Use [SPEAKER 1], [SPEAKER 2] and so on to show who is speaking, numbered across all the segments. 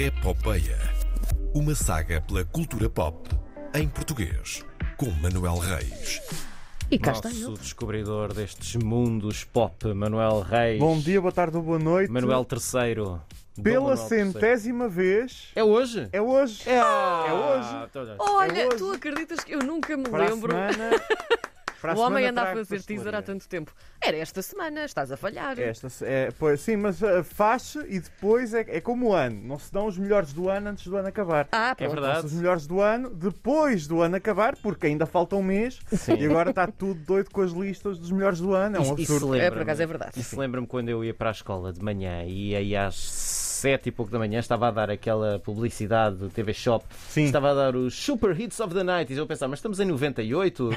[SPEAKER 1] Epopeia. É Uma saga pela cultura pop em português, com Manuel Reis.
[SPEAKER 2] E cá está
[SPEAKER 3] Nosso
[SPEAKER 2] ele.
[SPEAKER 3] descobridor destes mundos pop, Manuel Reis.
[SPEAKER 4] Bom dia, boa tarde ou boa noite.
[SPEAKER 3] Manuel III. Dom
[SPEAKER 4] Pela
[SPEAKER 3] Manuel III.
[SPEAKER 4] centésima vez,
[SPEAKER 3] É hoje?
[SPEAKER 4] é hoje.
[SPEAKER 3] Ah,
[SPEAKER 4] É hoje.
[SPEAKER 3] então já-
[SPEAKER 4] É
[SPEAKER 2] Olha,
[SPEAKER 4] hoje.
[SPEAKER 2] tu acreditas que eu nunca me
[SPEAKER 4] Para a
[SPEAKER 2] lembro?
[SPEAKER 4] semana. para a
[SPEAKER 2] O homem
[SPEAKER 4] semana
[SPEAKER 2] anda a
[SPEAKER 4] trago
[SPEAKER 2] fazer teaser
[SPEAKER 4] pastelaria.
[SPEAKER 2] há tanto tempo. Era esta semana, estás a falhar.
[SPEAKER 4] Esta, se- é, pois, sim, mas ah, faz-se e depois é, é como o ano. Não se dão os melhores do ano antes do ano acabar.
[SPEAKER 2] Ah,
[SPEAKER 3] É
[SPEAKER 2] pronto.
[SPEAKER 4] Dão-se Os
[SPEAKER 3] verdade.
[SPEAKER 4] melhores do ano depois do ano acabar, porque ainda falta um mês e agora está tudo doido com as listas dos melhores do ano. É um
[SPEAKER 3] Isso- isso
[SPEAKER 4] absurdo.
[SPEAKER 2] É,
[SPEAKER 3] lembra-me-
[SPEAKER 2] por acaso é verdade.
[SPEAKER 3] Isso lembra-me quando eu ia para a escola de manhã e aí às sete e pouco da manhã estava a dar aquela publicidade do TV Shop.
[SPEAKER 4] Sim.
[SPEAKER 3] Estava a dar os Super Hits of the Night. E eu pensava, mas estamos em 98?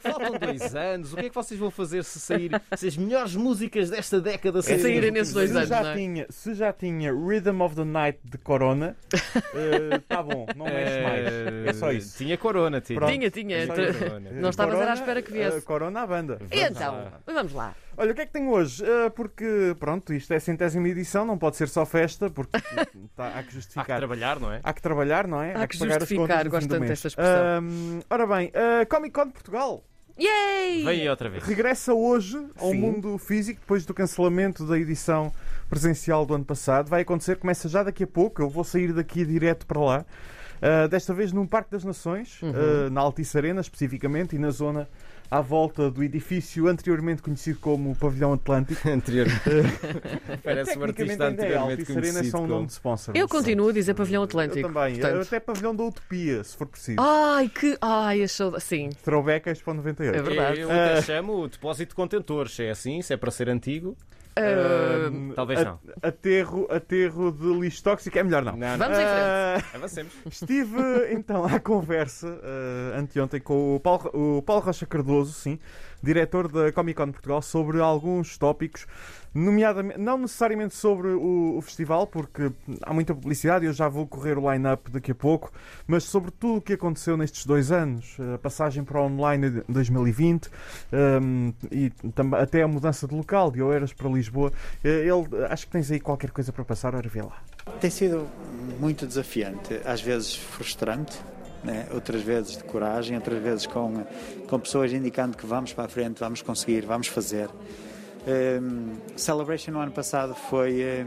[SPEAKER 3] Faltam dois anos. O que é que vocês vão fazer se sair se as melhores músicas desta década Eh, saírem?
[SPEAKER 2] saírem nesses dois
[SPEAKER 4] se
[SPEAKER 2] anos,
[SPEAKER 4] Já
[SPEAKER 2] não é?
[SPEAKER 4] tinha, se já tinha Rhythm of the Night de Corona, está Eh, tá bom,
[SPEAKER 2] Eh,
[SPEAKER 4] não mexe mais. É só isso.
[SPEAKER 3] eh, Tinha corona, tinha.
[SPEAKER 4] Pronto.
[SPEAKER 2] Tinha, tinha.
[SPEAKER 3] Tinha
[SPEAKER 4] é
[SPEAKER 2] Entre-
[SPEAKER 3] corona.
[SPEAKER 4] né?
[SPEAKER 2] Não estavas era à espera que viesse.
[SPEAKER 4] eh, corona à banda.
[SPEAKER 2] E Então, vamos lá.
[SPEAKER 4] Olha, o que é que tem hoje? Eh, porque, pronto, isto é a centésima edição, não pode ser só festa, porque tá- há que
[SPEAKER 3] Há que
[SPEAKER 4] justificar.
[SPEAKER 3] trabalhar, não é?
[SPEAKER 4] Há que trabalhar, não é?
[SPEAKER 2] Há que
[SPEAKER 4] pagar as
[SPEAKER 2] justificar,
[SPEAKER 4] contas no fim
[SPEAKER 2] gosto
[SPEAKER 4] do
[SPEAKER 2] tanto
[SPEAKER 4] mês.
[SPEAKER 2] desta expressão.
[SPEAKER 4] Ahm, ora bem, eh, Comic Con de Portugal
[SPEAKER 2] Yay!
[SPEAKER 3] Vem aí outra vez.
[SPEAKER 4] regressa hoje ao
[SPEAKER 2] Sim.
[SPEAKER 4] mundo físico, depois do cancelamento da edição presencial do ano passado. Vai acontecer, começa já daqui a pouco. Eu vou sair daqui direto para lá. Ah, desta vez num Parque das Nações,
[SPEAKER 3] Uhum.
[SPEAKER 4] ah, na Altice Arena especificamente, e na zona à volta do edifício anteriormente conhecido como Pavilhão Atlântico.
[SPEAKER 3] Anterior. Parece um
[SPEAKER 4] Tecnicamente
[SPEAKER 3] artista
[SPEAKER 4] ainda é
[SPEAKER 3] anteriormente
[SPEAKER 4] Altice Arena, é
[SPEAKER 3] conhecido.
[SPEAKER 4] só um
[SPEAKER 3] como-
[SPEAKER 4] nome de sponsor.
[SPEAKER 2] Eu continuo a dizer pavilhão
[SPEAKER 4] Eu
[SPEAKER 2] atlântico.
[SPEAKER 4] também. Eu
[SPEAKER 2] portanto. Ah.
[SPEAKER 4] até Pavilhão da Utopia, se for preciso.
[SPEAKER 2] Ai, que. Ai, a saudade. Sim,
[SPEAKER 4] Throwback Expo
[SPEAKER 2] é
[SPEAKER 4] 98.
[SPEAKER 2] verdade.
[SPEAKER 3] Eu
[SPEAKER 4] Ah.
[SPEAKER 3] até chamo o depósito de contentores. Se é assim, se é para ser antigo.
[SPEAKER 4] eh, Ahm,
[SPEAKER 3] Talvez
[SPEAKER 4] Ah, a-
[SPEAKER 3] não.
[SPEAKER 4] Aterro, aterro de lixo tóxico, é melhor não.
[SPEAKER 3] Não, é não.
[SPEAKER 2] Vamos em frente.
[SPEAKER 4] Ah,
[SPEAKER 3] Avancemos.
[SPEAKER 4] Estive então à conversa ah, anteontem com o Paulo, o Paulo Rocha Cardoso, sim, diretor da Comic Con de Portugal, sobre alguns tópicos, nomeadamente, não necessariamente sobre o, o festival, porque há muita publicidade e eu já vou correr o line-up daqui a pouco, mas sobre tudo o que aconteceu nestes dois anos, ah, a passagem para online em 2020 ahm, e tam- até a mudança de local, de Oeiras para Lisboa. Eh, ele, acho que tens aí qualquer coisa para passar, ora vê lá.
[SPEAKER 5] Tem sido muito desafiante, às vezes frustrante, né? outras vezes de coragem, outras vezes com, com pessoas indicando que vamos para a frente, vamos conseguir, vamos fazer. Hum, Celebration no ano passado foi, hum,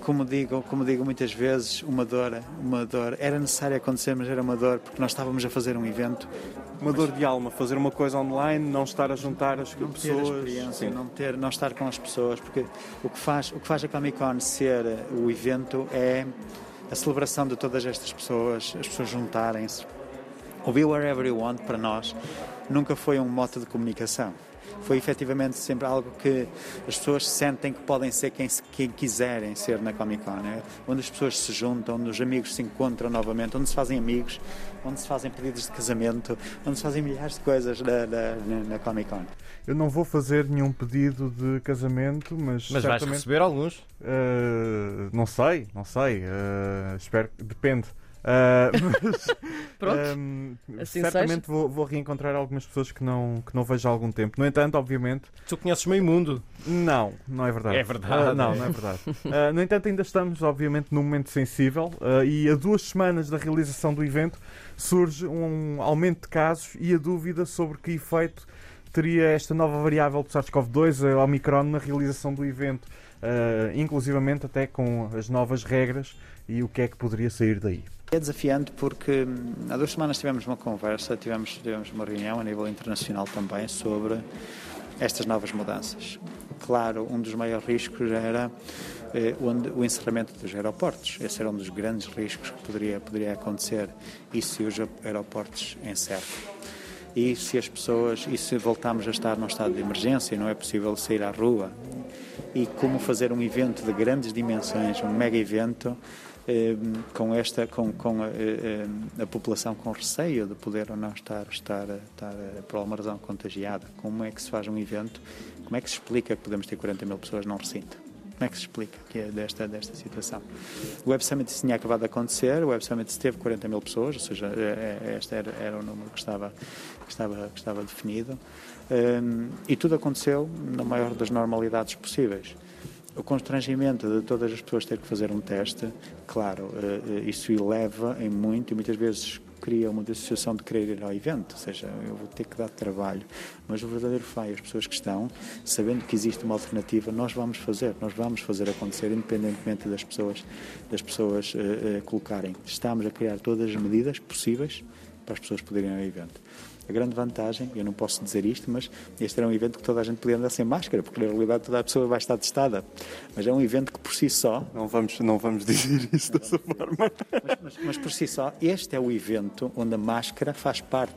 [SPEAKER 5] como digo, como digo muitas vezes, uma dor, uma dor. Era necessário acontecer, mas era uma dor porque nós estávamos a fazer um evento
[SPEAKER 4] Uma dor de alma, fazer uma coisa online, não estar a juntar as
[SPEAKER 5] não ter
[SPEAKER 4] pessoas.
[SPEAKER 5] experiência, não, ter, não estar com as pessoas, porque o que faz, o que faz a Comic Con ser eh, o evento é a celebração de todas estas pessoas, as pessoas juntarem-se. O Be Wherever You Want para nós nunca foi um mote de comunicação. Foi efetivamente sempre algo que as pessoas sentem que podem ser quem, se- quem quiserem ser na Comic Con. né? Onde as pessoas se juntam, onde os amigos se encontram novamente, onde se fazem amigos, onde se fazem pedidos de casamento, onde se fazem milhares de coisas na, na- na- na Comic Con.
[SPEAKER 4] Eu não vou fazer nenhum pedido de casamento, mas,
[SPEAKER 3] Mas vais
[SPEAKER 4] certamente.
[SPEAKER 3] receber alguns.
[SPEAKER 4] eh, não sei, não sei. eh, espero que. Depende. Eh, mas,
[SPEAKER 2] Pronto.
[SPEAKER 4] ehm,
[SPEAKER 2] Assim
[SPEAKER 4] certamente vou, vou reencontrar algumas pessoas que não, que não vejo há algum tempo. No entanto, obviamente,
[SPEAKER 3] Tu conheces meio mundo.
[SPEAKER 4] Não, não é verdade.
[SPEAKER 3] É verdade.
[SPEAKER 4] Ah, não, não é verdade. Ah, no entanto, ainda estamos, obviamente, num momento sensível ah, e a duas semanas da realização do evento surge um aumento de casos e a dúvida sobre que efeito teria esta nova variável do SARS-CoV-2, a Omicron, na realização do evento, ah, inclusivamente até com as novas regras e o que é que poderia sair daí.
[SPEAKER 5] É desafiante porque hum, há duas semanas tivemos uma conversa, tivemos, tivemos uma reunião a nível internacional também sobre estas novas mudanças. Claro, um dos maiores riscos era eh, onde, o encerramento dos aeroportos. Esse era um dos grandes riscos que poderia, poderia acontecer. E se os aeroportos encerram? E se as pessoas, e se voltarmos a estar num estado de emergência, e não é possível sair à rua? E como fazer um evento de grandes dimensões, um mega evento, eh, com esta, com, com a, eh, eh, a população com receio de poder ou não estar, estar, estar eh, por alguma razão contagiada? Como é que se faz um evento? Como é que se explica que podemos ter 40 mil pessoas num recinto? Como é que se explica que é desta, desta situação? O Web Summit tinha acabado de acontecer, o Web Summit teve 40 mil pessoas, ou seja, é- é- este era, era o número que estava, que estava, que estava definido. Hum, e tudo aconteceu na maior das normalidades possíveis. o constrangimento de todas as pessoas ter que fazer um teste, claro, eh, eh, isso eleva em muito e muitas vezes cria uma dissociação de querer ir ao evento, ou seja, eu vou ter que dar trabalho, mas o verdadeiro fly, as pessoas que estão, sabendo que existe uma alternativa, nós vamos fazer, nós vamos fazer acontecer, independentemente das pessoas, das pessoas eh, eh, colocarem. Estamos a criar todas as medidas possíveis para as pessoas poderem ir ao evento. A grande vantagem, eu não posso dizer isto, mas este era um evento que toda a gente podia andar sem máscara, porque na realidade toda a pessoa vai estar testada. Mas é um evento que por si só,
[SPEAKER 6] Não vamos, não vamos dizer isso dessa forma.
[SPEAKER 5] mas, mas- mas por si só, este é o evento onde a máscara faz parte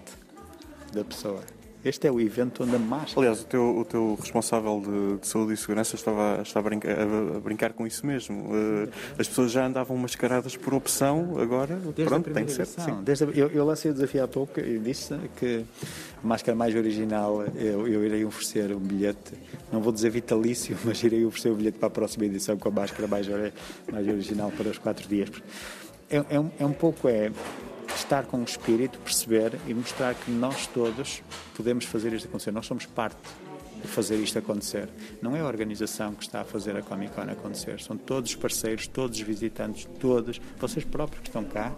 [SPEAKER 5] da pessoa. Este é o evento onde a máscara.
[SPEAKER 6] Aliás, o teu, o teu responsável de, de saúde e segurança estava, estava a, brinca- a- a brincar com isso mesmo. Eh, as pessoas já andavam mascaradas por opção, agora
[SPEAKER 5] Desde a
[SPEAKER 6] pronto, tem
[SPEAKER 5] primeira
[SPEAKER 6] que ser.
[SPEAKER 5] edição.
[SPEAKER 6] Sim.
[SPEAKER 5] Desde a- eu, eu lancei o desafio há pouco e disse que a máscara mais original eu, eu irei oferecer um bilhete, não vou dizer vitalício, mas irei oferecer o bilhete para a próxima edição com a máscara mais, ori- mais original para os quatro dias. É, é um, é um pouco é estar com o espírito, perceber e mostrar que nós todos podemos fazer isto acontecer, nós somos parte de fazer isto acontecer. Não é a organização que está a fazer a Comic Con acontecer, são todos os parceiros, todos os visitantes, todos, vocês próprios que estão cá,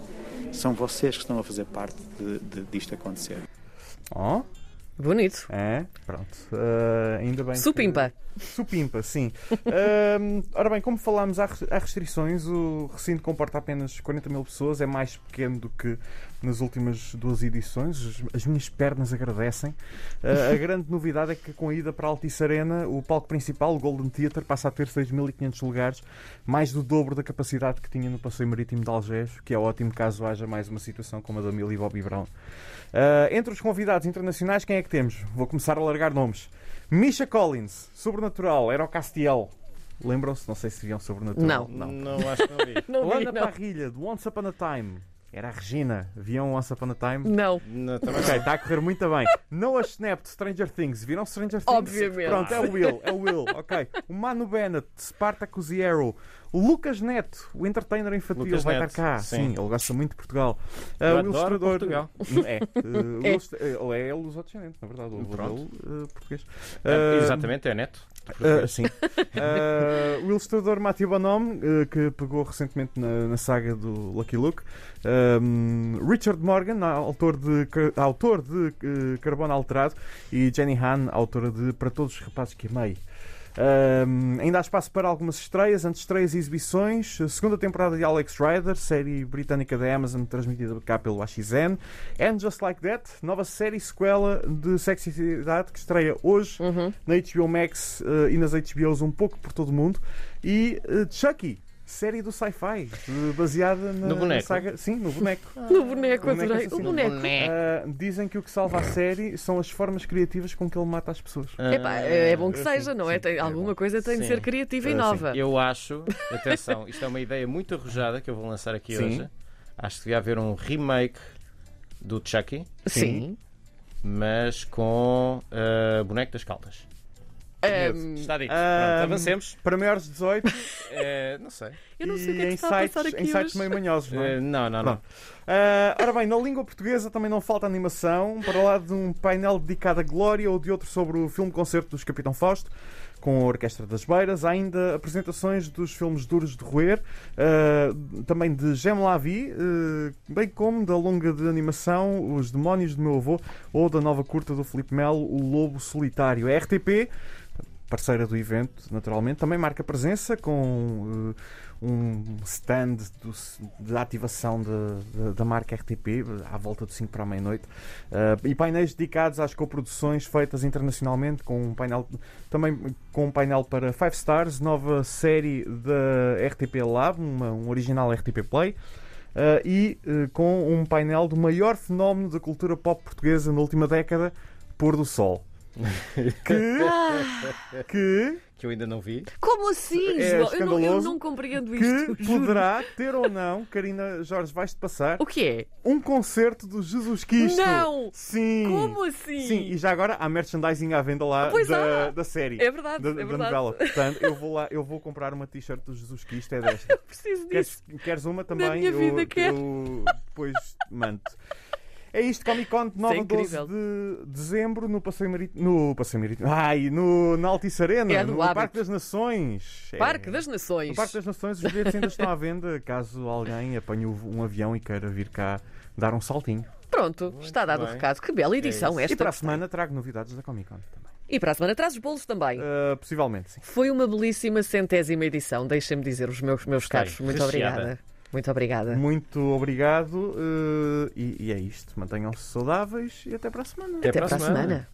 [SPEAKER 5] são vocês que estão a fazer parte de, de- disto acontecer.
[SPEAKER 4] Oh,
[SPEAKER 2] Bonito.
[SPEAKER 4] é, pronto. Eh, ainda bem. que-
[SPEAKER 2] Supimpa.
[SPEAKER 4] Supimpa, sim. Ahm, ora bem, como falámos, há, res- há restrições. O recinto comporta apenas 40 mil pessoas, é mais pequeno do que nas últimas duas edições. As, as minhas pernas agradecem. Ah, a grande novidade é que, com a ida para a Altice Arena, o palco principal, o Golden Theatre, passa a ter 6.500 lugares, mais do dobro da capacidade que tinha no Passeio Marítimo de Algés, que é ótimo caso haja mais uma situação como a da Millie Bobby Brown. Ah, entre os convidados internacionais, quem é que temos? Vou começar a largar nomes. Misha Collins, Sobrenatural, era o Castiel. Lembram-se? Não sei se viam Sobrenatural.
[SPEAKER 2] Não.
[SPEAKER 3] acho que não vi.
[SPEAKER 2] Não vi,
[SPEAKER 4] Lana
[SPEAKER 2] não.
[SPEAKER 4] Parrilha, do Once Upon a Time. Era a Regina. Viam Once Upon a Time?
[SPEAKER 2] Não.
[SPEAKER 3] Não, também
[SPEAKER 4] Ok, está a correr muito bem. Noah Snap de Stranger Things. Viram Stranger Things?
[SPEAKER 2] Obviamente.
[SPEAKER 4] Pronto, é o Will, é o Will. Ok. O Mano Bennett de Spartacus e Arrow. O Lucas Neto, o entertainer infantil,
[SPEAKER 3] Lucas
[SPEAKER 4] vai
[SPEAKER 3] Neto,
[SPEAKER 4] estar cá.
[SPEAKER 3] sim.
[SPEAKER 4] ele gosta muito de Portugal. Ah,
[SPEAKER 3] Eu
[SPEAKER 4] o
[SPEAKER 3] adoro
[SPEAKER 4] ilustrador.
[SPEAKER 3] Portugal.
[SPEAKER 4] É. Uh, o ilustra- eh, Ele é luso-descendente, na verdade. O avô
[SPEAKER 3] Pronto.
[SPEAKER 4] dele, eh, português.
[SPEAKER 3] É,
[SPEAKER 4] Ah,
[SPEAKER 3] Exatamente, é neto.
[SPEAKER 4] ah, sim. Ah, o ilustrador Matthew Bonhomme, eh, que pegou recentemente na, na saga do Lucky Luke. Ahm, Richard Morgan, autor de, Car- autor de eh, Carbono Alterado. E Jenny Han, autora de Para Todos os Rapazes que Amei. Ahm, ainda há espaço para algumas estreias, antestreias e exibições. A segunda temporada de Alex Rider, série britânica da Amazon, transmitida cá pelo AXN. And Just Like That, nova série sequela de sexicidade que estreia hoje
[SPEAKER 3] Uhum.
[SPEAKER 4] na HBO Max eh, e nas HBOs um pouco por todo o mundo. E eh, Chucky, série do sci-fi, eh, baseada na,
[SPEAKER 3] No boneco.
[SPEAKER 4] na saga. É, Sim, no boneco.
[SPEAKER 2] No boneco,
[SPEAKER 4] boneco
[SPEAKER 2] adorei. O
[SPEAKER 4] assassino.
[SPEAKER 2] boneco.
[SPEAKER 4] Ah, dizem que o que salva a série são as formas criativas com que ele mata as pessoas.
[SPEAKER 2] Epá, é é bom que seja, não é?
[SPEAKER 4] sim,
[SPEAKER 2] Tem,
[SPEAKER 4] é
[SPEAKER 2] alguma
[SPEAKER 4] bom.
[SPEAKER 2] coisa tem de
[SPEAKER 3] Sim.
[SPEAKER 2] ser criativa e
[SPEAKER 4] Ah,
[SPEAKER 2] nova.
[SPEAKER 3] Eu acho, atenção, isto é uma ideia muito arrojada que eu vou lançar aqui
[SPEAKER 4] Sim.
[SPEAKER 3] hoje. Acho que devia haver um remake do Chucky,
[SPEAKER 2] Sim.
[SPEAKER 3] mas com ah, boneco das caldas.
[SPEAKER 2] Ahm,
[SPEAKER 3] Está dito.
[SPEAKER 4] Ah,
[SPEAKER 3] Pronto, avancemos.
[SPEAKER 4] Para maiores de 18
[SPEAKER 3] Eh, não sei.
[SPEAKER 2] eu não sei o que
[SPEAKER 4] e
[SPEAKER 2] é que
[SPEAKER 4] em
[SPEAKER 2] está a passar
[SPEAKER 4] sites,
[SPEAKER 2] aqui
[SPEAKER 4] em sites
[SPEAKER 2] hoje.
[SPEAKER 4] meio manhosos, É, não é?
[SPEAKER 3] Eh, não, não, não.
[SPEAKER 4] Pronto. Ah, ora bem, na língua portuguesa também não falta animação, para lá de um painel dedicado a Glória ou de outro sobre o filme-concerto dos Capitão Fausto, com a Orquestra das Beiras, há ainda apresentações dos filmes Duros de Roer, ah, também de Gem Lavi, ah, bem como da longa de animação Os Demónios do Meu Avô ou da nova curta do Felipe Melo, O Lobo Solitário. A RTP parceira do evento, naturalmente, também marca presença com eh, um stand do- de ativação de- de- da marca RTP à volta de 5 para a meia-noite eh, e painéis dedicados às coproduções feitas internacionalmente, com um painel também com um painel para Five Stars, nova série da RTP Lab, uma- um original RTP Play. eh, e eh, com um painel do maior fenómeno da cultura pop portuguesa na última década, Pôr do Sol. Que- que
[SPEAKER 3] Que eu ainda não vi.
[SPEAKER 2] Como assim,
[SPEAKER 4] É
[SPEAKER 2] João? Eu não, eu
[SPEAKER 4] escandaloso
[SPEAKER 2] não compreendo isto.
[SPEAKER 4] que
[SPEAKER 2] juro.
[SPEAKER 4] poderá ter ou não, Karina Jorge, vais-te passar,
[SPEAKER 2] O que é?
[SPEAKER 4] um concerto do Jesus Cristo.
[SPEAKER 2] Não!
[SPEAKER 4] Sim!
[SPEAKER 2] Como assim? Ah,
[SPEAKER 4] Sim, e já agora há merchandising à venda lá
[SPEAKER 2] Pois
[SPEAKER 4] da,
[SPEAKER 2] há.
[SPEAKER 4] da série.
[SPEAKER 2] É verdade,
[SPEAKER 4] da,
[SPEAKER 2] é
[SPEAKER 4] da
[SPEAKER 2] verdade.
[SPEAKER 4] novela. Portanto, eu vou lá, eu vou comprar uma t-shirt do Jesus Cristo, é desta. é
[SPEAKER 2] Preciso disso.
[SPEAKER 4] Queres, queres uma também?
[SPEAKER 2] minha vida
[SPEAKER 4] eu,
[SPEAKER 2] quero.
[SPEAKER 4] eu depois manto. É isto, Comic Con de
[SPEAKER 2] Isso é
[SPEAKER 4] 9 a 12
[SPEAKER 2] incrível.
[SPEAKER 4] de dezembro no Passeio Marítimo. No Passeio Marítimo. Ai, no, na Altice Arena,
[SPEAKER 2] É, no
[SPEAKER 4] no,
[SPEAKER 2] Hábito.
[SPEAKER 4] Parque das Nações. É.
[SPEAKER 2] Parque das Nações.
[SPEAKER 4] No Parque das Nações, os bilhetes ainda estão à venda caso alguém apanhe um avião e queira vir cá dar um saltinho.
[SPEAKER 2] Pronto, está dado o
[SPEAKER 4] bem. É
[SPEAKER 2] recado. Que bela edição esta.
[SPEAKER 4] E para a semana trago novidades da Comic Con também.
[SPEAKER 2] E para a semana traz os bolos também.
[SPEAKER 4] Ah, possivelmente, sim.
[SPEAKER 2] Foi uma belíssima centésima edição, deixem-me dizer, os meus, meus caros. Muito
[SPEAKER 3] recheada.
[SPEAKER 2] obrigada. Muito obrigada.
[SPEAKER 4] Muito ah, obrigado eh, e, e é isto. Mantenham-se saudáveis e até para a semana.
[SPEAKER 2] Até, para a semana.